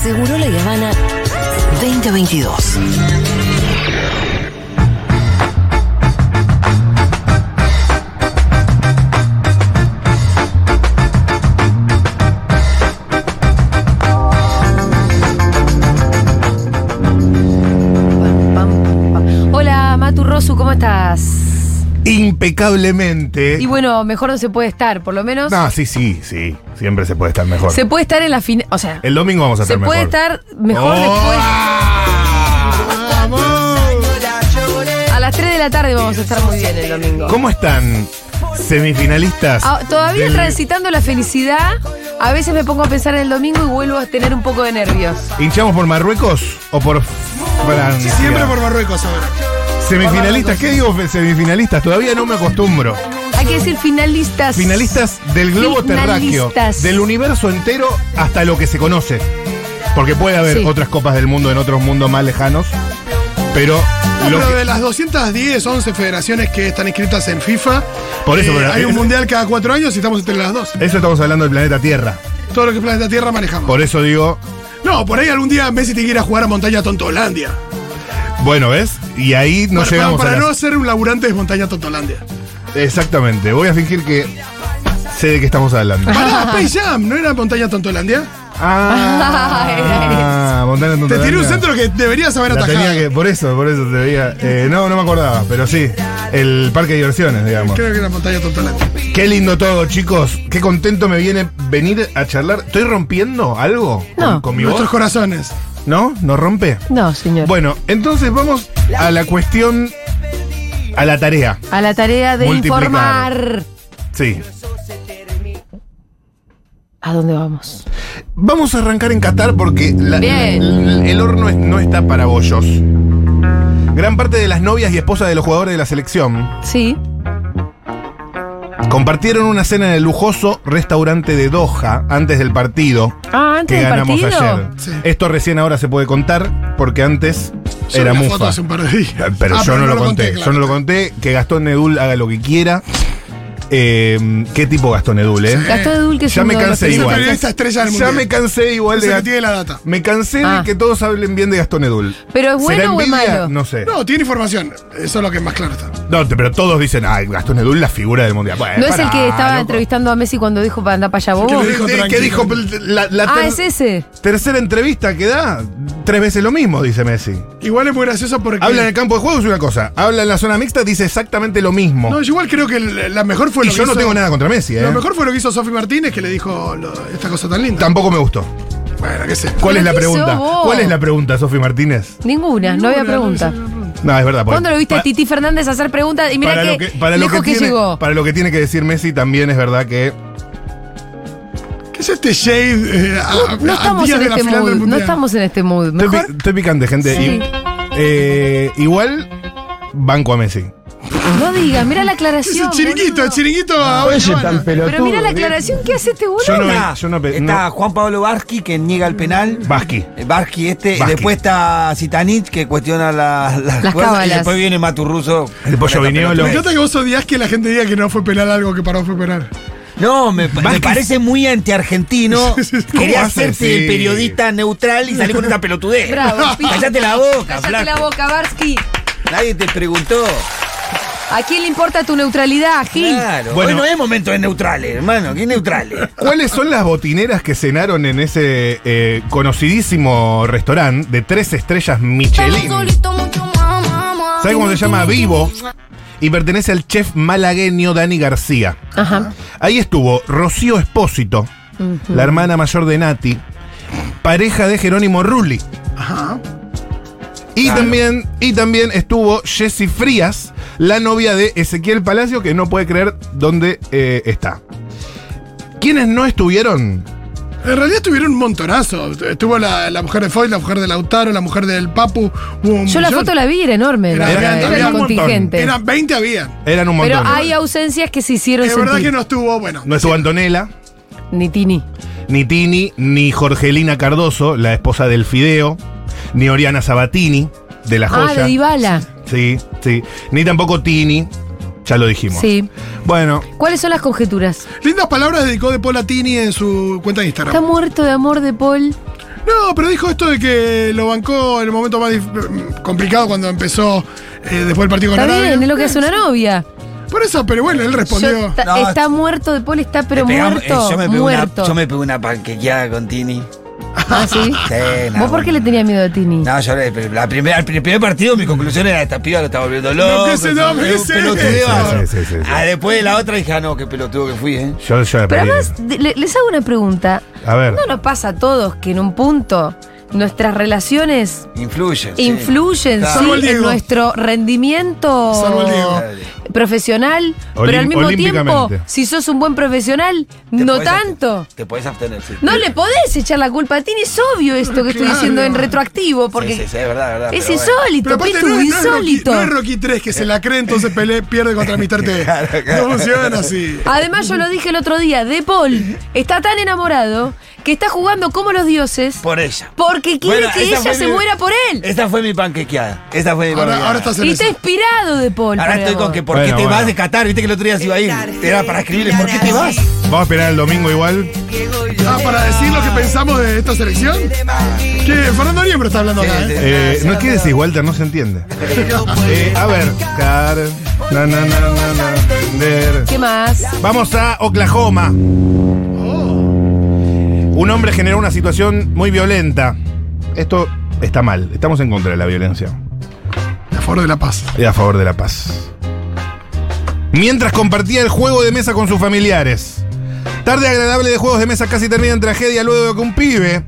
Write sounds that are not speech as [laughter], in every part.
Seguro la Habana 2022. Pam, pam, pam. Hola, Matu Rosu, ¿cómo estás? impecablemente. Y bueno, mejor no se puede estar, por lo menos. no, sí, sí, sí. Siempre se puede estar mejor. Se puede estar en la final. O sea, El domingo vamos a se estar puede mejor. Oh. estar mejor ¡Ah! ¡Vamos! después. A las 3 de la tarde vamos a estar muy bien el domingo. ¿Cómo están semifinalistas? Ah, todavía del- transitando la felicidad, a veces me pongo a pensar en el domingo y vuelvo a tener un poco de nervios. ¿Hinchamos por Marruecos o por Francia? Siempre por Marruecos ahora. Semifinalistas, ¿qué digo fe- semifinalistas? Todavía no me acostumbro. Hay que decir finalistas. Finalistas del globo terráqueo, Finalistas. del universo entero hasta lo que se conoce. Porque puede haber Sí. otras copas del mundo en otros mundos más lejanos, pero No, lo pero que- de las 210, 11 federaciones que están inscritas en FIFA, eh, Por eso, pero- hay un mundial cada cuatro años y estamos entre las dos. eso estamos hablando del planeta Tierra. Todo lo que es planeta Tierra manejamos. Por eso digo, No, por ahí algún día Messi tiene que ir a jugar a Montaña Tontolandia. bueno, ¿ves? Y ahí no para llegamos para a no las- ser un laburante de Montaña Tontolandia. Exactamente, voy a fingir que sé de qué estamos hablando. [laughs] Pará, Space Jam, ¿no era Montaña Tontolandia? Ah, Montana Te Tontolandia. tiré un centro que deberías haber La atajado. tenía que, por eso, por eso te veía. Eh, no, no me acordaba, pero sí. El parque de diversiones, digamos. Creo que era Montaña Tontolandia. Qué lindo todo, chicos. Qué contento me viene venir a charlar. ¿Estoy rompiendo algo con- No. con mi Nuestros voz? corazones. ¿No? ¿No rompe? No, señor. Bueno, entonces vamos a la cuestión, a la tarea. A la tarea de Multiplicar. informar. Sí. ¿A dónde vamos? Vamos a arrancar en Qatar porque la- Bien. l- el horno es- no está para bollos. Gran parte de las novias y esposas de los jugadores de la selección Sí. compartieron una cena en el lujoso restaurante de Doha antes del partido Ah, antes que del ganamos partido. ayer. Sí. Esto recién ahora se puede contar porque antes Yo era vi la mufa. Eh, foto hace un par de días. Pero Ah, yo no, lo conté, claro. yo no lo conté. Que Gastón Edul haga lo que quiera. Eh, ¿Qué tipo Gastón Edul, eh? Gastón Edul, que es Ya uno me de los cansé Es una igual. periodista estrella del Ya mundial. me cansé igual Es de el que Gast- tiene la data. Me cansé Ah. de que todos hablen bien de Gastón Edul. ¿Pero es ¿Será bueno o es envidia? malo? No sé. No, tiene información. Eso es lo que más claro está. No, te- pero todos dicen, ay, Gastón Edul, la figura del mundial. Eh, Bueno, ¿No es pará, el que estaba loco. entrevistando a Messi cuando dijo para andar para allá ¿Qué vos? dijo, Tranquilo. ¿Qué dijo? La, la Ah, ter- es ese. tercera entrevista que da, tres veces lo mismo, dice Messi. Igual es muy gracioso porque. Habla en el campo de juego es una cosa, habla en la zona mixta, dice exactamente lo mismo. No, yo igual creo que el- la mejor fue y lo que yo no hizo- tengo nada contra Messi, ¿eh? Lo mejor fue lo que hizo Sofi Martínez, que le dijo lo- esta cosa tan linda. Tampoco me gustó. bueno, qué sé. ¿Cuál ¿Pero es la qué pregunta? sos vos? ¿Cuál es la pregunta, Sofi Martínez? Ninguna, no había pregunta. No, es verdad. porque- ¿Cuándo lo viste a pa- Titi Fernández hacer preguntas? Y mira para que, lo que, para lo lejos que, que tiene- llegó. para lo que tiene que decir Messi también es verdad que ¿Qué es este shade eh, a, No, no a estamos días en de la este final del mood. No Mundial? estamos en este mood. Estoy, Mejor. pi- estoy picante, gente. Sí. Y- eh, igual, banco a Messi. No digas, mira la Es aclaración. el chiringuito, boludo. el chiringuito. a- tan Pero mira la aclaración que hace este Yo no, boludo. Está, yo no pe- está no- Juan Pablo Barsky que niega el penal. Basqui. Eh, Barsky este. y Barsky. Después está Zitanich que cuestiona la- las, Las cosas. Y cábalas. después viene Maturruso. El pollo Con esta viñolo. Me pelotudez. encanta que vos odias que la gente diga que no fue penal algo que para vos fue penal. No, me, me Barsky- parece [laughs] muy antiargentino. Sí, sí, sí. Quería ¿Cómo hace? hacerse Sí. el periodista neutral y salir con esta pelotudez. [laughs] Bravo, Pi. Cállate la boca, Cállate la flaco. boca, Barsky. Nadie te preguntó. ¿A quién le importa tu neutralidad, Gil? Claro. Bueno. Hoy no es momento de neutrales, hermano. ¿Qué neutrales? ¿Cuáles son las botineras que cenaron en ese eh, conocidísimo restaurante de tres estrellas Michelin? ¿Sabe ¿Sabes cómo se llama? Vivo. Y pertenece al chef malagueño Dani García. Ajá. Ahí estuvo Rocío Espósito, la hermana mayor de Nati, pareja de Jerónimo Rulli. Ajá. Y, también, y también estuvo Jessy Frías, la novia de Ezequiel Palacio, que no puede creer dónde eh, está. ¿Quiénes no estuvieron? En realidad tuvieron un montonazo. Estuvo la, la mujer de Foy, la mujer de Lautaro, la mujer del Papu. hubo un Yo la millón. foto la vi, era enorme. Era- la verdad, era- era era el un montón. contingente. Eran 20 habían. Eran un Pero montón. hay ausencias que se hicieron Es verdad sentir. que no estuvo, bueno. No estuvo Antonella, Ni Tini. ni Tini, ni Jorgelina Cardoso, la esposa del Fideo, ni Oriana Sabatini, de la Ah, joya. de Dybala. sí, sí. Ni tampoco Tini, ya lo dijimos. Sí. Bueno, ¿Cuáles son las conjeturas? Lindas palabras dedicó de Paul a Tini en su cuenta de Instagram. Está muerto de amor de Paul. No No, pero dijo esto de que lo bancó en el momento más dif- complicado cuando empezó eh, después del partido con Está Arabia. bien, es lo que hace una novia. Por eso, pero bueno, él Yo- respondió. está, No, está muerto, De Paul está pero Me pegamos- muerto. eh, yo, me pegué muerto. Una, yo me pegué una panquequeada con Tini. Ah, ¿sí? [laughs] Sí, no, ¿Vos por qué le tenías miedo a Tini? No, yo le- la primera, el primer partido mi conclusión era esta piba lo está volviendo loco. que se no, es un ese- pelotudo". Sí, sí, sí, sí. Ah, después de la otra dije, ah, no, qué pelotudo que fui, ¿eh? Yo, yo Pero me perdí. además, de- le- les hago una pregunta. A ver. ¿No nos pasa a todos que en un punto nuestras relaciones Influye. sí. influyen Claro. sí, Salvo el en Diego. nuestro rendimiento Salvo el Diego. profesional? Olim- pero al mismo tiempo, olímpicamente. si sos un buen profesional, Te no podés abst- tanto. Te podés abstener, sí. No le podés echar la culpa a Tini, es obvio esto que estoy Claro. diciendo en retroactivo, porque Sí, sí, sí, es verdad, es verdad. es pero bueno. insólito, Pitu, no, es- no es Rocky, insólito. no es Rocky 3 que se la cree, entonces Pelé pierde contra Mr. T. No funciona así. Además, yo lo dije el otro día, De Paul está tan enamorado que está jugando como los dioses Por ella. porque quiere Bueno, que esa ella fue se mi- muera por él. Esta fue mi panquequeada. Esta fue mi Ahora, panquequeada. ahora estás en Y está eso. inspirado De Paul. Ahora por estoy amor. con que por Bueno, qué te bueno. vas de Qatar, viste que el otro día se iba a ir. Era para escribirle, ¿por qué te vas? Vamos a esperar el domingo igual. Ah, para decir lo que pensamos de esta selección. Que Fernando Niembro está hablando acá, Sí, ¿eh? sí. Eh, no, ¿qué decís, Walter? No se entiende. Eh, a ver. Car- na, na, na, na, na, der. ¿Qué más? Vamos a Oklahoma. Un hombre generó una situación muy violenta. Esto está mal. Estamos en contra de la violencia. A favor de la paz. Y a favor de la paz. Mientras compartía el juego de mesa con sus familiares. Tarde agradable de juegos de mesa casi termina en tragedia luego de que un pibe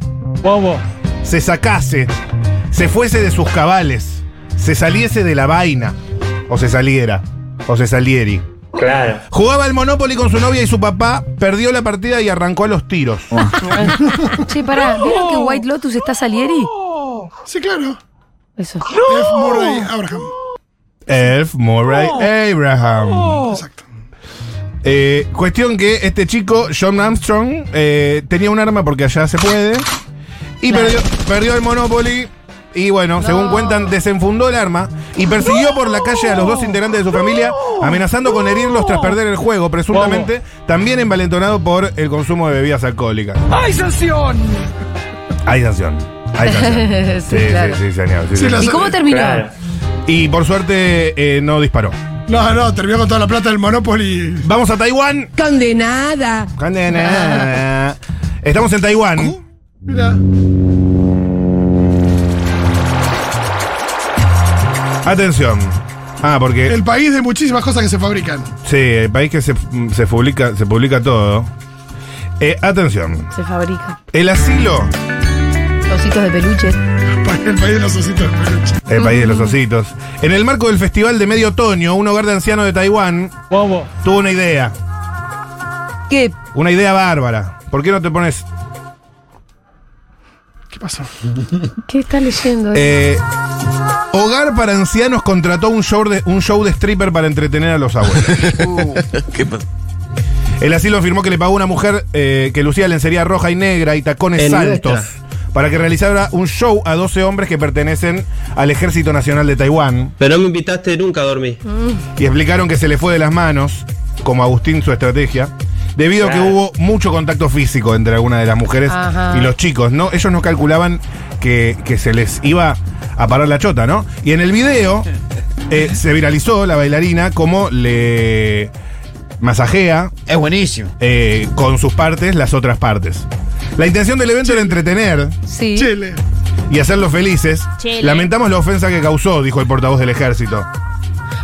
se sacase, se fuese de sus cabales, se saliese de la vaina, o se saliera, o se salieri. Claro. Jugaba al Monopoly con su novia y su papá, perdió la partida y arrancó a los tiros. Che, pará, ¿vieron que White Lotus está Salieri? Sí, claro. Eso. F. Murray Abraham. Elf Murray Oh. Abraham. Exacto. Eh, cuestión que este chico, John Armstrong, eh, tenía un arma porque allá se puede. Y Claro. perdió, perdió el Monopoly. Y bueno, según cuentan, desenfundó el arma y persiguió por la calle a los dos integrantes de su familia, amenazando con herirlos tras perder el juego, presuntamente, también envalentonado por el consumo de bebidas alcohólicas. ¡Hay sanción! Hay sanción. Hay [laughs] sanción. Sí, claro. sí, señor. sí, Sí, señor. ¿Y cómo terminó? Y por suerte eh, no disparó. No, no, terminó con toda la plata del Monopoly. Vamos a Taiwán. Condenada. Condena. Estamos en Taiwán. Mira. Atención. Ah, porque El país de muchísimas cosas que se fabrican. sí, el país que se, se publica, se publica todo. Eh, atención. Se fabrica. El asilo, Ositos de peluche. Pa- El país de los ositos de peluche. el país de los ositos. En el marco del Festival de Medio Otoño, un hogar de ancianos de Taiwán tuvo una idea. ¿Qué? Una idea bárbara. ¿Por qué no te pones? ¿Qué pasó? ¿Qué está leyendo? Eh, hogar para ancianos contrató un show, de, un show de stripper para entretener a los abuelos. El asilo afirmó que le pagó una mujer eh, que lucía lencería roja y negra y tacones En altos nuestra. para que realizara un show a 12 hombres que pertenecen al Ejército Nacional de Taiwán Pero no me invitaste nunca a dormir. y explicaron que se le fue de las manos, como Agustín su estrategia, debido a que hubo mucho contacto físico entre algunas de las mujeres Ajá. y los chicos. ¿no? Ellos no calculaban que, que se les iba a parar la chota, ¿no? Y en el video eh, se viralizó la bailarina como le masajea Es buenísimo. eh, con sus partes las otras partes. La intención del evento era entretener sí. Chile. y hacerlos felices. Lamentamos la ofensa que causó, dijo el portavoz del ejército.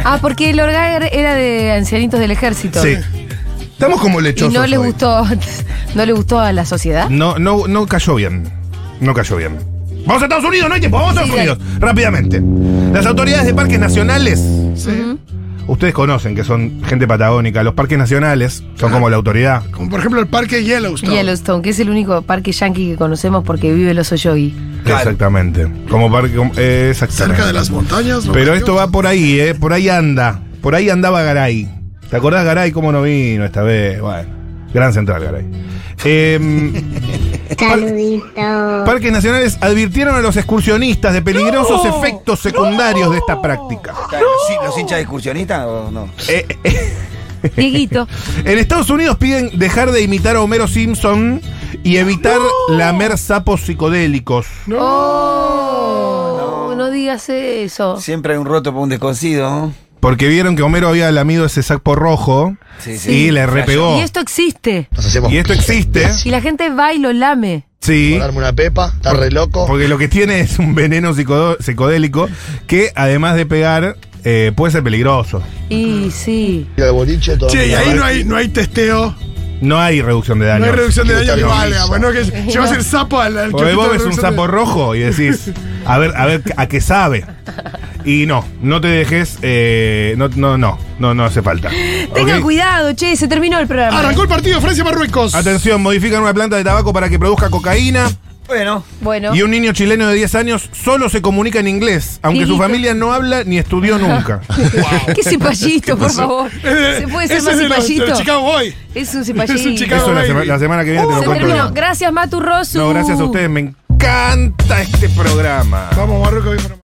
Ah, porque el hogar era de ancianitos del ejército. Sí. Estamos como Y lechosos. no le hoy. gustó. [laughs] ¿No le gustó a la sociedad? No, no, no cayó bien. No cayó bien. Vamos a Estados Unidos, no hay tiempo. Vamos a Estados Sí, Unidos. Rápidamente. Las autoridades de parques nacionales. Ustedes conocen que son gente patagónica. Los parques nacionales son como la autoridad. Como por ejemplo el parque Yellowstone. Yellowstone, que es el único parque yankee que conocemos porque vive el oso yogi. Claro. Exactamente. Como parque. como- eh, exactamente. Cerca de las montañas. ¿no? Pero esto va por ahí, ¿eh? Por ahí anda. Por ahí andaba Garay. ¿Te acordás, Garay, cómo no vino esta vez? Bueno, gran central, Garay. Em, Saludito. parques nacionales advirtieron a los excursionistas de peligrosos efectos secundarios de esta práctica. Claro, ¿Los, hin- los hinchas de excursionista o no? Eh, eh, Dieguito. En Estados Unidos piden dejar de imitar a Homero Simpson y evitar lamer sapos psicodélicos. Oh, no. digas eso. Siempre hay un roto por un desconocido. ¿no? Porque vieron que Homero había lamido ese sapo rojo Sí, y le repegó. Y esto existe. Nos hacemos Y [laughs] esto existe. Y la gente va y lo lame. Sí. darme una pepa, está re loco. Porque lo que tiene es un veneno psicodo- psicodélico que además de pegar eh, puede ser peligroso. Y sí. Ir al boliche, todo Che, y ahí no hay, no hay testeo, No hay reducción de daño. no hay reducción de daño que no. valga. Bueno, que llevas el sapo al, al Porque chapito vos de ves un reducción de- sapo rojo y decís, a ver, a ver, a qué sabe. Y no, no te dejes, eh, no, no, no, no, no hace falta. Tengan ¿Ok? cuidado, che, se terminó el programa. Arrancó el partido Francia-Marruecos. Atención, modifican una planta de tabaco para que produzca cocaína Bueno, Bueno, [laughs] y un niño chileno de 10 años solo se comunica en inglés, aunque su Dieguito. familia no habla ni [laughs] estudió nunca. qué cipallito, por favor. ¿Se puede ser más Eh, Ese es de los- de los cipallito? Chicago Boy. Es un cipallito. Es un Chicago Eso la, sema- baby. la semana que viene te Se Uh, lo cuento. terminó. bien. Gracias, Matu Rosu. No, gracias a ustedes, me encanta este programa. Vamos, Marruecos. bien, Marruecos.